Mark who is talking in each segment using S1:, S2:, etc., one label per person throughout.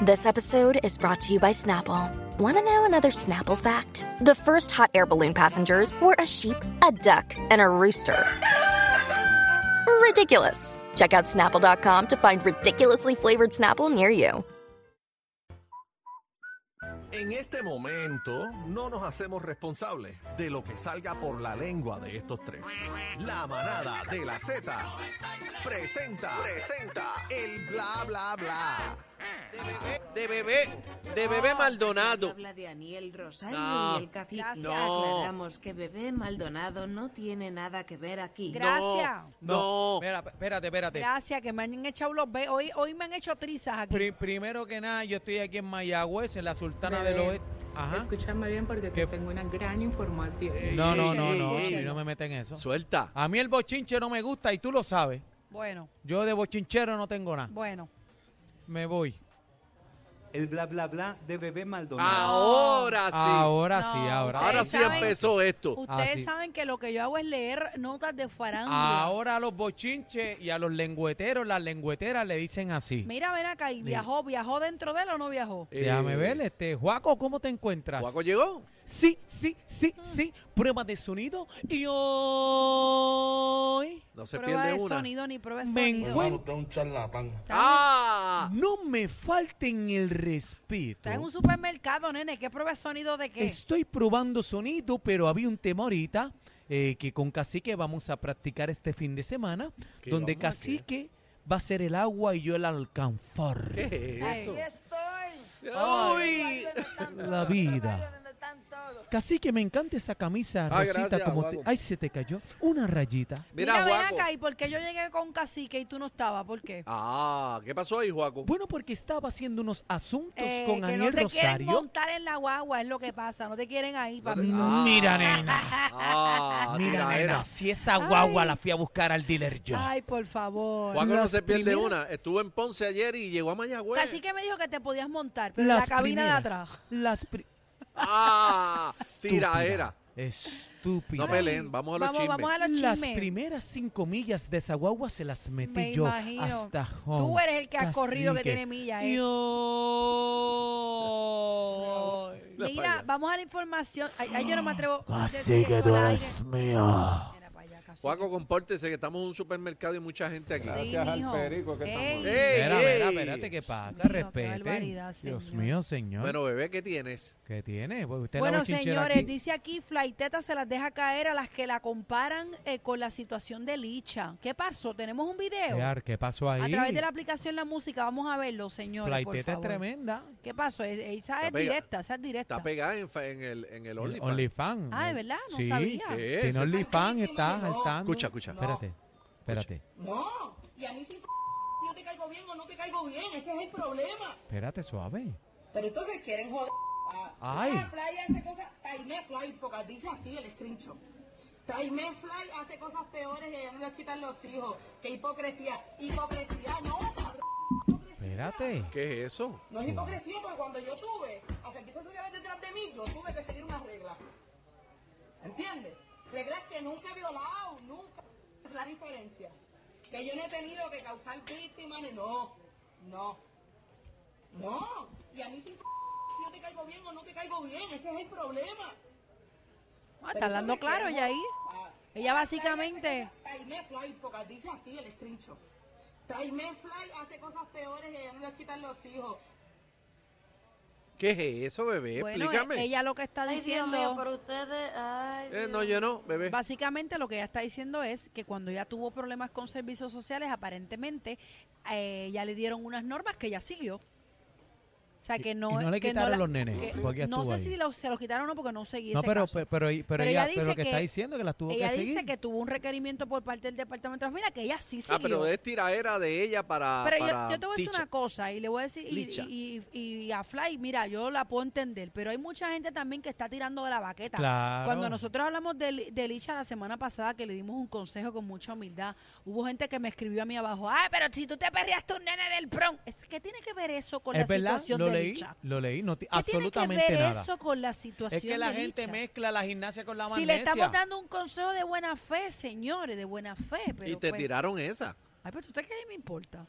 S1: This episode is brought to you by Snapple. Want to know another Snapple fact? The first hot air balloon passengers were a sheep, a duck, and a rooster. Ridiculous. Check out snapple.com to find ridiculously flavored Snapple near you.
S2: En este momento no nos hacemos responsables de lo que salga por la lengua de estos tres. La manada de la Z presenta, presenta el bla bla bla.
S3: De bebé, de
S4: Ah,
S3: bebé Maldonado.
S5: Habla de Aniel Rosario
S3: No,
S5: y el cacique.
S3: no.
S5: Aclaramos que bebé Maldonado no tiene nada que ver aquí.
S4: Gracias.
S3: No,
S6: Mira, espérate, espérate.
S4: Gracias, que me han echado los be hoy, hoy me han hecho trizas aquí.
S6: Pri- primero que nada, yo estoy aquí en Mayagüez, en la Sultana del
S7: Bebé.
S6: Oeste. Ajá.
S7: Escúchame bien porque te
S6: ¿Qué?
S7: tengo una gran información.
S6: No, no, no,
S3: ey,
S6: no, a
S3: ey.
S6: mí no me meten en eso.
S3: suelta.
S6: A mí el bochinche no me gusta y tú lo sabes.
S4: Bueno,
S6: Yo de bochinchero no tengo nada.
S4: bueno.
S6: Me voy.
S8: El bla bla bla de bebé Maldonado.
S3: Ahora sí.
S6: Ahora
S4: No,
S6: sí, Uh, ahora.
S3: Ahora
S4: Ustedes
S3: sí
S4: saben-
S3: empezó esto.
S4: Ustedes
S6: sí.
S4: saben que lo que yo hago es leer notas de farándula.
S3: Ah,
S6: Ahora a los bochinches y a los lengüeteros, las lengüeteras le dicen así.
S4: Mira, ven acá y viajó, viajó dentro de él o no viajó.
S3: Eh,
S6: Déjame ver, este, Juaco, ¿cómo te encuentras?
S3: ¿Juaco llegó?
S6: Sí, sí, sí,
S4: Mm.
S6: sí. Prueba de sonido y hoy
S3: No se
S4: prueba de
S3: pierde una.
S4: sonido ni prueba de
S6: me
S4: sonido.
S6: encuentro.
S3: ¡Ah!
S6: No me falten el respeto.
S4: Está en un supermercado, nene. ¿Qué prueba de sonido de qué?
S6: Estoy probando sonido, pero había un tema ahorita eh, que con Cacique vamos a practicar este fin de semana,
S3: ¿Qué
S6: donde
S3: vamos a
S6: Cacique va a ser el agua y yo el alcanfor.
S3: ¿Qué es eso?
S6: Ay, La vida. Cacique, me encanta esa camisa
S3: Ah,
S6: rosita
S3: gracias,
S6: como te-
S3: guapo.
S6: Ay, se te cayó. Una rayita.
S3: Mira,
S4: Mira, ven
S3: Juaco.
S4: acá y por qué yo llegué con cacique y tú no estabas. ¿Por qué?
S3: Ah, ¿qué pasó ahí, Juaco?
S6: Bueno, porque estaba haciendo unos asuntos
S3: pues,
S4: Eh,
S6: con
S4: que
S6: Aniel
S4: no te quieren
S6: Rosario.
S4: montar en la guagua, es lo que pasa. No te quieren ahí, papi.
S3: Ah.
S6: Mira, nena.
S3: Ah,
S6: Mira,
S3: tiradera.
S6: nena, si esa guagua
S4: Ay.
S6: la fui a buscar al dealer yo.
S4: Ay, por favor.
S3: Juaco no
S6: Las
S3: se pierde
S6: primeras-
S3: una. Estuvo en Ponce ayer y llegó a Mayagüez.
S4: Casi que me dijo que te podías montar, pero en la
S6: Pues, Las
S4: cabina
S6: primeras,
S4: de atrás.
S6: Las pri-
S3: ¡Ah!
S6: Estúpida,
S3: Tiraera.
S6: Estúpida.
S3: No peleen, vamos a los
S4: Vamos,
S3: chismes.
S4: vamos a los
S6: Las
S4: chismes.
S6: primeras cinco millas de esa guagua se las metí
S4: Me
S6: yo
S4: imagino.
S6: hasta home.
S4: Tú eres el que ha corrido que
S6: Cacique.
S4: tiene millas. ¿eh?
S6: Yo-
S4: Mira, vamos a la información. Ay, ay, yo no me atrevo a decir
S6: Cacique,
S4: esto
S6: tú
S4: al aire.
S6: eres mía.
S4: Mira para allá, cacique.
S3: Juaco, compórtese que estamos en un supermercado y mucha gente aquí.
S4: Sí, mijo. Ey,
S3: Ey,
S6: Espera,
S3: ey.
S6: espera, espérate, ¿qué pasa?
S4: Dios mío, qué
S6: Respete.
S4: barbaridad,
S6: Dios
S4: señor.
S6: mío, señor.
S3: Bueno, bebé, ¿qué tienes?
S6: ¿Qué tiene? Pues Usted es la
S4: Bueno,
S6: bochinchera
S4: señores,
S6: aquí.
S4: dice aquí, Flaiteta se las deja caer a las que la comparan eh, con la situación de Licha. ¿Qué pasó? ¿Tenemos un video?
S6: Ear, ¿Qué pasó ahí?
S4: A través de la aplicación La Música, vamos a verlo, señores, por
S6: Flaiteta es
S4: favor.
S6: tremenda.
S4: ¿Qué pasó? E- Esa es
S3: pega-
S4: directa, esa es directa.
S3: Está pegada en, fa- en el, en el OnlyFans.
S6: OnlyFans.
S4: Ah, ¿de verdad? No
S6: sí.
S4: sabía.
S3: ¿Qué es?
S6: Tiene OnlyFans, está saltando.
S3: Escucha, escucha.
S6: Espérate, espérate.
S9: No, y a mí si yo te caigo bien o no te caigo bien, ese es el problema.
S6: Espérate, suave.
S9: Pero entonces quieren joder. a-
S6: Ay.
S9: Ah, Fly hace cosas, Time Fly, porque dice así el screenshot. Time Fly hace cosas peores y a ella no les quitan los hijos. Qué hipocresía. Hipocresía no, cabrón. Hipocresía.
S6: Espérate.
S3: ¿Qué es eso?
S9: No es hipocresía porque cuando yo tuve a servicios sociales detrás de mí, yo tuve que seguir unas reglas. ¿Entiendes? Reglas que nunca he violado, nunca. Es la diferencia. Que yo no he tenido que causar víctimas, ni- no, no, no. Y a mí sin yo te caigo bien o no te caigo bien, ese es el problema.
S4: Ah, está hablando claro ella ahí.
S9: ah,
S4: Ella básicamente...
S9: Time Fly, porque dice así el screenshot. Time Fly hace cosas peores y a ella no les quitan los hijos.
S3: ¿Qué es eso, bebé?
S4: Bueno,
S3: Explícame.
S4: e- ella lo que está
S5: Ay, Dios
S4: diciendo...
S5: mío, pero ustedes... ay,
S3: Eh,
S5: Dios
S3: no, yo no, bebé.
S4: Básicamente lo que ella está diciendo es que cuando ella tuvo problemas con servicios sociales, aparentemente eh, ya le dieron unas normas que ella siguió. O sea, que no...
S6: y no le
S4: que
S6: quitaron
S4: la-
S6: los nenes,
S4: que-
S6: porque ella
S4: no
S6: estuvo
S4: sé
S6: ahí.
S4: si lo- se los quitaron o no, porque no seguí
S6: No,
S4: ese
S6: pero,
S4: caso.
S6: pero, pero,
S4: Pero
S6: ella,
S4: ella
S6: pero lo
S4: dice
S6: que, está
S4: que-
S6: diciendo es que las tuvo
S4: ella
S6: que
S4: dice
S6: seguir.
S4: que tuvo un requerimiento por parte del Departamento de Mira que ella sí siguió.
S3: Ah, pero es tiraera de ella para.
S4: Pero yo,
S3: para
S4: yo te voy a decir
S3: Ticha.
S4: una cosa y le voy a decir, y,
S3: Licha.
S4: y- y- y a Fly, mira, yo la puedo entender, pero hay mucha gente también que está tirando de la baqueta.
S6: Claro.
S4: Cuando nosotros hablamos de, Li- de Licha la semana pasada, que le dimos un consejo con mucha humildad, hubo gente que me escribió a mí abajo, ay, pero si tú te perrías tu nene del prom. Es que tiene que ver eso con la
S6: es verdad,
S4: situación
S6: lo
S4: de
S6: leí,
S4: Licha.
S6: lo leí, no ti-
S4: ¿Qué
S6: absolutamente
S4: tiene que ver
S6: nada.
S4: eso con la situación
S6: Es que la
S4: de
S6: gente
S4: Licha?
S6: mezcla la gimnasia con la
S4: Si
S6: magnesia.
S4: le estamos dando un consejo de buena fe, señores, de buena fe, pero
S3: Y te
S4: pues-
S3: tiraron esa.
S4: Ay, pero tú te crees que me importa.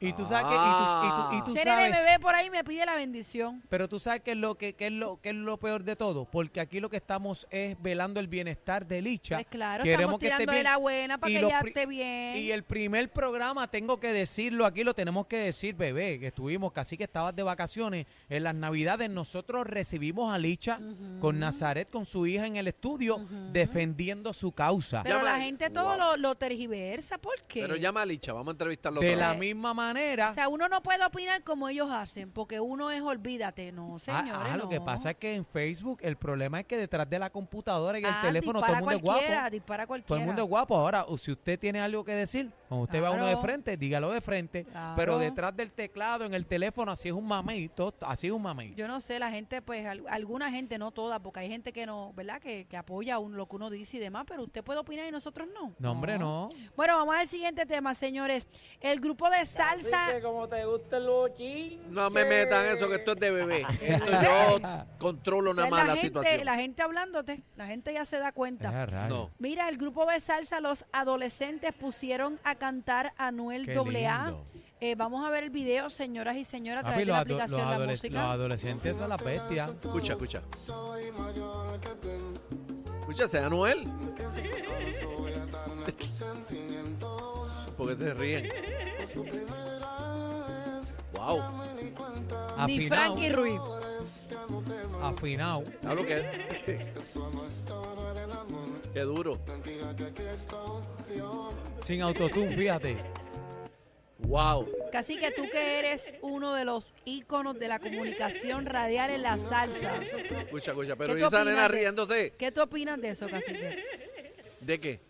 S6: Y tú sabes que, y tú- y tú- y tú,
S4: Ser el
S6: sabes,
S4: Ah. bebé por ahí me pide la bendición.
S6: pero tú sabes que es lo que, que es lo que es lo peor de todo, porque aquí lo que estamos es velando el bienestar de Licha.
S4: Pues claro,
S6: Queremos
S4: estamos
S6: que esté
S4: tirando de
S6: bien.
S4: la buena para
S6: Y
S4: que
S6: los
S4: ella
S6: pri-
S4: esté bien.
S6: Y el primer programa, tengo que decirlo aquí, lo tenemos que decir, bebé, que estuvimos, casi que estabas de vacaciones. En las navidades nosotros recibimos a Licha con Nazaret, con su hija en el estudio, defendiendo su causa.
S4: Pero
S3: Llama-
S4: la gente todo
S3: Wow.
S4: lo, lo tergiversa, ¿por qué?
S3: Pero llama a Licha, vamos a entrevistarlo.
S6: de
S3: otra
S6: la
S3: vez.
S6: misma manera,
S4: O sea, uno no puede opinar como ellos hacen, porque uno es olvídate, no,
S6: Ah,
S4: señores,
S6: ah, lo que
S4: no.
S6: pasa es que en Facebook el problema es que detrás de la computadora y el
S4: Ah,
S6: teléfono todo el
S4: dispara
S6: mundo es
S4: cualquiera,
S6: guapo.
S4: Dispara cualquiera.
S6: Todo el mundo es guapo. Ahora, o si usted tiene algo que decir, cuando usted va a uno de
S4: Claro.
S6: frente, dígalo de frente.
S4: Claro.
S6: Pero detrás del teclado, en el teléfono, así es un mameito, así es un mameito.
S4: Yo no sé, la gente, pues, al- alguna gente, no toda, porque hay gente que no, ¿verdad? Que, que apoya un- lo que uno dice y demás, pero usted puede opinar y nosotros no.
S6: No, hombre, no.
S4: Bueno, vamos al siguiente tema, señores. El grupo de salsa.
S8: como te gusta el bochín.
S3: No me metan eso, que esto es de bebé. Esto yo controlo
S4: O sea,
S3: nada más la,
S4: gente,
S3: situación.
S4: la gente hablándote, la gente ya se da
S6: Ah,
S4: cuenta.
S6: rayos.
S3: No.
S4: Mira, el grupo de salsa, los adolescentes pusieron a cantar a Anuel
S6: Qué
S4: AA.
S6: lindo.
S4: Eh, vamos a ver el video, señoras y señores, a
S6: Papi,
S4: través de
S6: los,
S4: la
S6: ado- los
S4: aplicación La
S6: adolesc- los
S4: Música.
S6: adolescentes son las bestias.
S3: Escucha, escucha. Escucha, sea Noel. Porque se ríen. Wow.
S4: Ni
S6: Afinao,
S4: Frankie Ruiz.
S6: afinao.
S3: Hablo que. Qué duro.
S6: Sin autotune, fíjate.
S3: Wow.
S4: Casi que tú que eres uno de los íconos de la comunicación radial en la salsa.
S3: Escucha, escucha. Pero
S4: ¿Qué
S3: ¿y
S4: tú
S3: esa
S4: opinas
S3: nena
S4: de-
S3: riéndose.
S4: ¿Qué tú opinas de eso, Cacique?
S3: ¿De qué?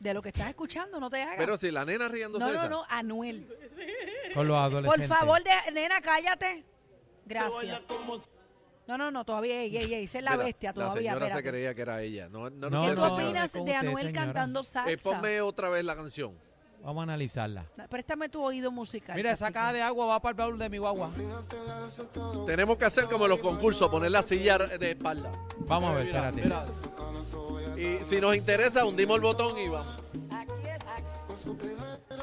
S4: De lo que estás escuchando, no te hagas.
S3: Pero si la nena riéndose.
S4: no, no,
S3: esa.
S4: no, Anuel.
S6: Con los
S4: Por
S6: adolescentes.
S4: favor, de- nena, cállate. Gracias. No, no, no, todavía, ey, ey, ey, esa es la
S3: Mira,
S4: bestia,
S3: La
S4: todavía.
S3: señora se
S4: espérate.
S3: creía que era ella. No, no,
S6: No,
S4: ¿Qué
S3: no.
S4: tú
S6: no, no,
S4: opinas
S6: no,
S4: de
S6: con usted,
S4: Anuel
S6: señora.
S4: cantando
S3: Eh,
S4: salsa?
S3: ponme otra vez la canción.
S6: Vamos a analizarla.
S4: Préstame tu oído musical.
S6: Mira, esa
S4: cacique.
S6: caja de agua va para el baúl de mi guagua.
S3: Tenemos que hacer como en los concursos, poner la silla de espalda.
S6: Vamos a ver,
S3: Mira,
S6: espérate.
S3: mira. Y si nos interesa, hundimos el botón y vamos.
S9: Aquí es, aquí.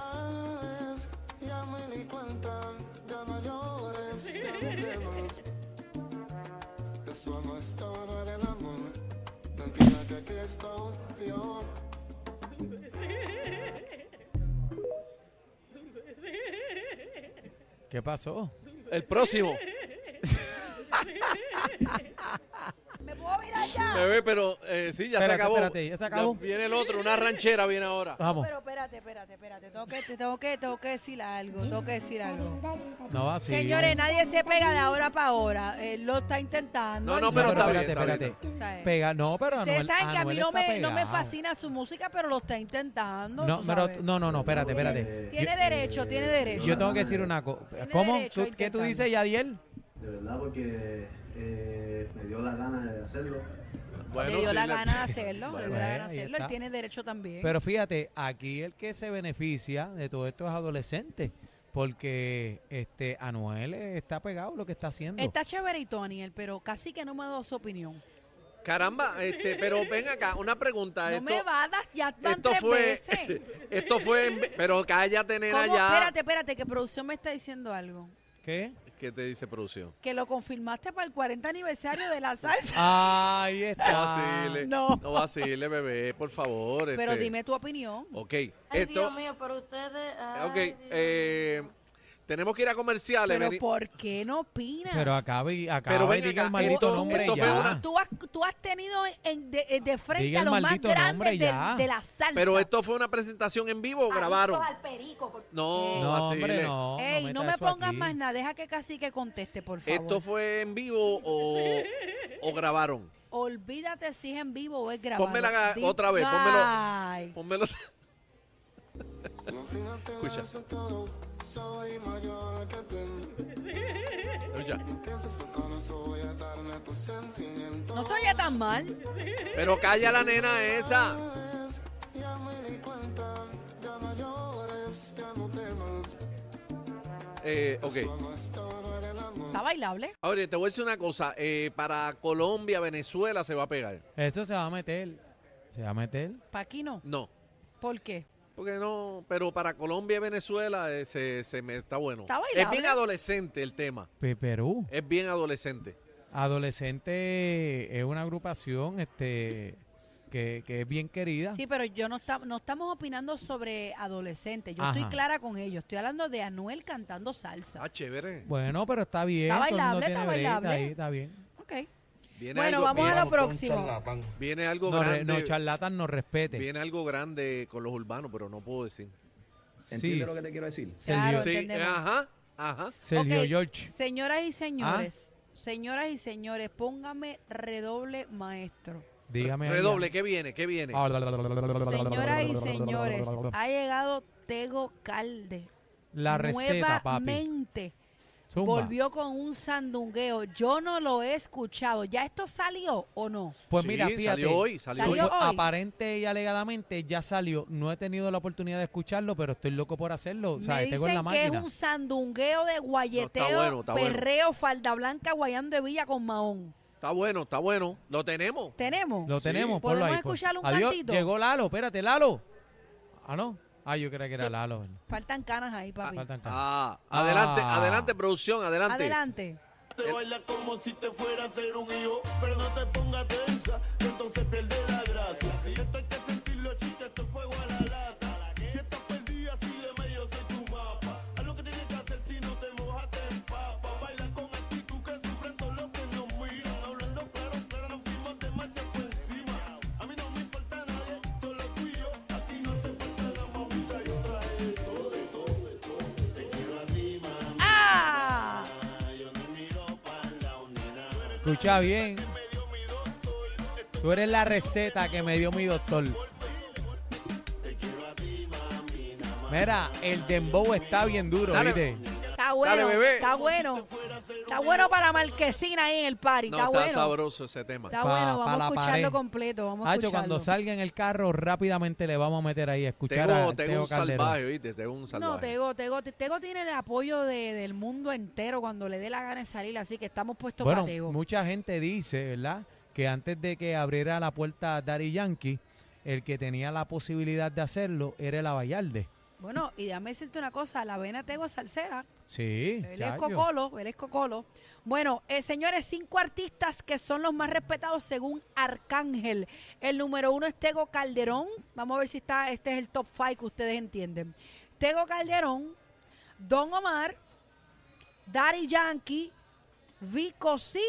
S6: ¿Qué pasó?
S3: El próximo.
S9: ¿Me puedo virar ya?
S3: Bebé, pero eh, sí, ya
S6: Espérate,
S3: se acabó.
S6: espérate, ¿ya se acabó?
S3: viene el otro, una ranchera viene ahora.
S6: Vamos.
S4: Pero espérate, espérate, espérate. Tengo que, te tengo que, tengo que decir algo, tengo que decir algo.
S6: No va así.
S4: Señores, nadie se pega de ahora para ahora. Él lo está intentando.
S3: No, no,
S4: y-
S6: No, pero
S3: está
S6: espérate,
S3: bien, está
S6: espérate.
S4: o sea, eh,
S6: Pega, no, pero Anuel,
S4: Ustedes saben que a mí
S6: Anuel
S4: no
S6: está
S4: me, no me
S6: pegado.
S4: fascina su música, pero lo está intentando.
S6: No,
S4: tú
S6: pero-
S4: sabes.
S6: no, no, no, espérate, espérate. Yo-
S4: Tiene derecho, tiene
S6: Yo,
S4: derecho.
S6: tengo que decir una cosa.
S4: Tiene
S6: ¿Cómo?
S4: derecho a
S6: ¿Tú- ¿Qué tú
S4: intentarlo.
S6: dices, Yadiel?
S10: de verdad porque eh, me dio la gana de hacerlo.
S4: le dio
S3: sí,
S4: la gana de hacerlo, le dio la
S6: Bueno,
S4: gana de
S6: ahí
S4: hacerlo. Él
S6: está.
S4: tiene derecho también.
S6: Pero fíjate, aquí el que se beneficia de todo esto es adolescente. Porque este Anuel eh, está pegado lo que está haciendo.
S4: Está chévere y Toniel, pero casi que no me ha dado su opinión.
S3: Caramba, este, pero ven acá, una pregunta.
S4: No
S3: esto,
S4: me badas, ya van
S3: esto
S4: tres
S3: fue,
S4: veces.
S3: esto fue, en- pero cállate,
S4: ¿Cómo?
S3: nena, ya.
S4: Espérate, espérate, que producción me está diciendo algo.
S6: ¿Qué?
S3: ¿Qué te dice producción?
S4: Que lo confirmaste para el 40 aniversario de la salsa.
S6: Ahí está.
S3: No vacile,
S4: no.
S3: no vacile, bebé, por favor.
S4: Pero
S3: este.
S4: dime tu opinión.
S3: Ok, esto,
S5: mío, pero ustedes.
S3: ok, eh, Tenemos que ir a comerciales.
S4: Pero
S3: veni-
S4: ¿por qué no opinas?
S6: Pero acaba y, acaba
S3: Pero
S6: y
S3: ven
S6: diga
S3: acá,
S6: el maldito
S3: esto-
S6: nombre
S3: esto
S6: y
S3: fue
S6: ya.
S3: una-
S4: Tú has, tú has tenido en- de, eh, de frente
S6: Diga
S4: a
S6: el
S4: los más
S6: maldito nombre
S4: grandes
S6: y
S4: del-
S6: ya.
S4: de la salsa.
S3: Pero esto fue una presentación en vivo o grabaron. No,
S6: No,
S3: así
S6: hombre,
S3: le-
S6: no.
S4: Ey, no
S6: meta
S4: me
S6: eso
S4: pongas
S6: aquí.
S4: más nada, deja que Cacique conteste, por favor.
S3: ¿Esto fue en vivo o, o grabaron?
S4: Olvídate si es en vivo o es grabado.
S3: Pónmela ga-
S4: Di-
S3: otra vez,
S4: Ay.
S3: pónmelo. Pónmelo. Escucha. Escucha.
S9: pues
S4: No se oye tan mal.
S3: Pero calla la nena esa. Eh, ok.
S4: Está bailable.
S3: Ahora, te voy a decir una cosa. eh, para Colombia, Venezuela se va a pegar.
S6: Eso se va a meter. Se va a meter.
S4: Pa' aquí no.
S3: No.
S4: ¿Por qué?
S3: Porque no, pero para Colombia y Venezuela eh, se, se me está bueno.
S4: Está
S3: es
S4: bailable.
S3: bien adolescente el tema.
S6: Pe- Perú.
S3: Es bien adolescente.
S6: Adolescente es una agrupación este que, que es bien querida.
S4: Sí, pero yo no, está- no estamos opinando sobre adolescentes. Yo estoy
S6: Ajá.
S4: clara con ello. Estoy hablando de Anuel cantando salsa.
S3: Ah, chévere.
S6: Bueno, pero está bien.
S4: Está
S6: todo el mundo
S4: bailable,
S6: tiene
S4: está
S6: break,
S4: bailable.
S6: ahí, está bien.
S4: Ok.
S3: Viene
S4: Bueno,
S3: algo,
S4: vamos a
S3: viene,
S4: lo próximo.
S3: viene algo
S6: No, re-
S3: grande.
S6: no charlatan, no respete.
S3: viene algo grande con los urbanos, pero no puedo decir.
S6: Sí,
S10: ¿Entiendes lo que te quiero decir?
S4: Claro,
S6: Sergio,
S3: Sí,
S4: entendemos.
S3: ajá, ajá.
S6: Sergio
S4: Ok,
S6: George.
S4: Señoras y señores,
S6: Ah.
S4: señoras y señores, póngame redoble maestro.
S6: Dígame. Ah. ahí.
S3: Redoble, ¿qué viene? ¿Qué viene?
S4: Señoras y señores, ha llegado Tego Calde.
S6: La receta, papi.
S4: Nuevamente
S6: Zumba.
S4: volvió con un sandungueo. Yo no lo he escuchado. ¿Ya esto salió o no?
S6: Pues
S3: Sí,
S6: mira, fíjate.
S3: salió hoy, salió
S4: ¿Salió
S6: supo-
S4: hoy?
S6: Aparente y alegadamente ya salió. No he tenido la oportunidad de escucharlo, pero estoy loco por hacerlo. O sea,
S4: Me
S6: tengo en la
S4: dicen que es
S6: máquina.
S4: un sandungueo de guayeteo,
S3: bueno, está bueno.
S4: perreo, falda blanca, guayando de villa con Mahón.
S3: Está bueno, está bueno. Lo tenemos.
S4: ¿Tenemos?
S6: Lo tenemos, ponlo
S4: ¿Podemos
S6: ahí, ponlo.
S4: escuchar un
S6: Adiós,
S4: cantito?
S6: Llegó Lalo, espérate, Lalo. Ah, no. Ah, yo creía que era Lalo. ¿verdad?
S4: Faltan canas ahí, papi.
S6: Faltan caras.
S3: Ah, adelante,
S6: Ah.
S3: adelante, producción, adelante.
S4: Adelante.
S11: Te baila como si te fuera a ser un hijo, pero no te pongas tensa, que entonces pierde la gracia. Si esto hay que sentirlo, chica, esto es fuego a la lata. Si estás perdida, así de medio soy tu mapa. Haz lo que tienes que hacer, si no te mojas, te empapa. Baila con actitud que sufren todos los que nos miran. Hablando claro, pero no fuimos de más por encima. A mí no me importa nadie, solo tú y yo. A ti no te falta la mamita, yo trae todo, de todo, de todo. que Te quiero a ti, mami.
S4: ¡Ah!
S11: Yo no miro para la unidad.
S6: Escucha bien. Tú eres la receta que me dio mi doctor. Mira, el dembow está bien duro,
S3: Dale.
S6: ¿viste?
S4: Está bueno.
S3: bebé.
S4: Está bueno. Está bueno para la marquesina ahí en el party.
S3: No,
S4: está,
S3: está
S4: bueno.
S3: sabroso ese tema.
S4: Está
S6: Pa-
S4: bueno. Vamos
S6: pa' la
S4: a escucharlo
S6: pared.
S4: completo. Vamos a
S6: Hacho,
S4: escucharlo.
S6: cuando salga en el carro, rápidamente le vamos a meter ahí a escuchar
S3: tengo,
S6: a
S3: tengo
S6: Teo
S3: un
S6: Calderón.
S3: salvaje, ¿viste? Tengo un salvaje.
S4: No, Tego, Tego, Tego tiene el apoyo de- del mundo entero cuando le dé la gana de salir, así que estamos puestos
S6: Bueno,
S4: para Tego.
S6: mucha gente dice, ¿verdad? Que antes de que abriera la puerta Daddy Yankee, el que tenía la posibilidad de hacerlo era el Abayalde.
S4: Bueno, y déjame decirte una cosa, la vena Tego es salsera,
S6: Sí,
S4: él es
S6: chacho.
S4: cocolo, él es cocolo. Bueno, eh, señores, cinco artistas que son los más respetados según Arcángel. El número uno es Tego Calderón, vamos a ver si está, este es el top five que ustedes entienden. Tego Calderón, Don Omar, Daddy Yankee, Vico C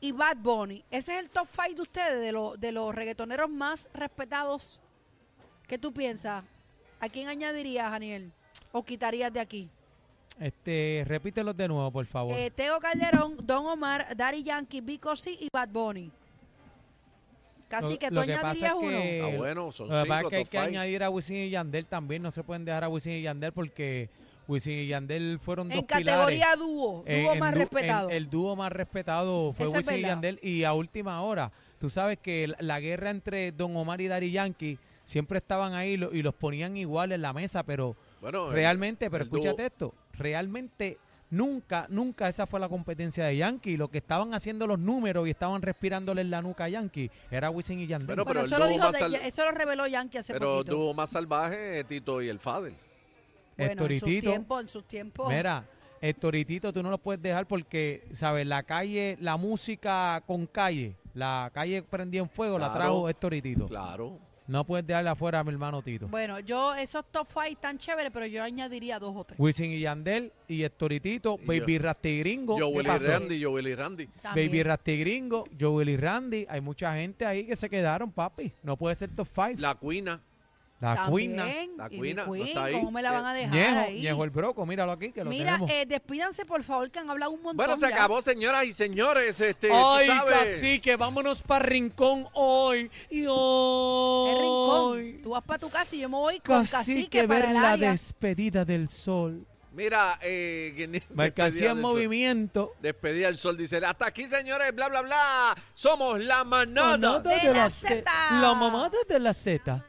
S4: y Bad Bunny. Ese es el top five de ustedes, de, lo- de los reggaetoneros más respetados. ¿Qué tú piensas? ¿A quién añadirías, Daniel? ¿O quitarías de aquí?
S6: Este, repítelos de nuevo, por favor.
S4: Eh, Teo Calderón, Don Omar, Daddy Yankee, Vico C y Bad Bunny. Casi
S6: Lo-
S4: que tú
S6: lo que pasa es
S4: añadirías uno.
S6: que-
S3: Ah, bueno, son
S6: Lo que pasa es
S3: cinco,
S6: que hay
S3: top
S6: que
S3: five.
S6: añadir a Wisin y Yandel también. No se pueden dejar a Wisin y Yandel porque Wisin y Yandel fueron dos
S4: En categoría
S6: pilares.
S4: dúo,
S6: Eh,
S4: dúo
S6: en
S4: más
S6: dú-
S4: respetado.
S6: en- el dúo más respetado fue
S4: Eso es
S6: Wisin y
S4: verdad.
S6: Yandel. Y a última hora, tú sabes que la, la guerra entre Don Omar y Dari Yankee siempre estaban ahí lo- y los ponían igual en la mesa, pero
S3: Bueno, eh, el-
S6: realmente, pero
S3: el dúo-
S6: escúchate esto, realmente nunca, nunca esa fue la competencia de Yankee. Lo que estaban haciendo los números y estaban respirándole en la nuca a Yankee era Wisin y Yandel.
S3: Bueno, pero
S4: Bueno,
S3: el
S4: eso, lo
S3: dúo
S4: dijo
S3: más
S4: de-
S3: sal-
S4: eso lo reveló Yankee hace
S3: Pero
S4: poquito.
S3: tuvo más salvaje eh, Tito y el Fader.
S4: bueno, en sus
S6: Estoritito.
S4: tiempos, en sus tiempos.
S6: Mira, Estoritito tú no lo puedes dejar porque, ¿sabes? La calle, la música con calle, la calle prendía en fuego, la
S3: Claro.
S6: trajo Estoritito.
S3: Claro.
S6: No puedes dejarla afuera, mi hermano Tito.
S4: Bueno, yo, esos top five están chéveres, pero yo añadiría dos o tres.
S6: Wisin y Yandel y Héctor y Tito, Baby Rasty Gringo.
S3: Yo
S6: ¿qué
S3: Willy
S6: pasó?
S3: Randy, yo Willy Randy.
S6: Baby Rasty Gringo, Joel y Randy. Hay mucha gente ahí que se quedaron, papi. No puede ser top five.
S3: La cuina.
S6: La
S4: También,
S6: cuina.
S3: La
S4: y mi
S3: cuina, no
S4: queen,
S3: está ahí. Eh,
S4: ¿Cómo me la van a dejar
S6: Ñejo,
S4: ahí?
S6: Ñejo el broco, míralo aquí, que lo
S4: Mira,
S6: tenemos.
S4: eh, despídanse, por favor, que han hablado un montón
S3: Bueno, se
S4: ya.
S3: acabó, señoras y señores. Este,
S6: Ay,
S3: tú sabes.
S6: cacique, vámonos para Rincón hoy. Y hoy.
S4: Es rincón. Tú vas para tu casa y yo me voy con cacique,
S6: Cacique,
S4: para
S6: ver
S4: el
S6: la
S4: área.
S6: despedida del sol.
S3: Mira, eh, que ni-
S6: Mercancía
S3: despedida
S6: en
S3: del sol.
S6: movimiento.
S3: Despedida del sol, dice. Hasta aquí, señores, bla, bla, bla. Somos la manada.
S6: Manada de la Z. La mamada de la Z.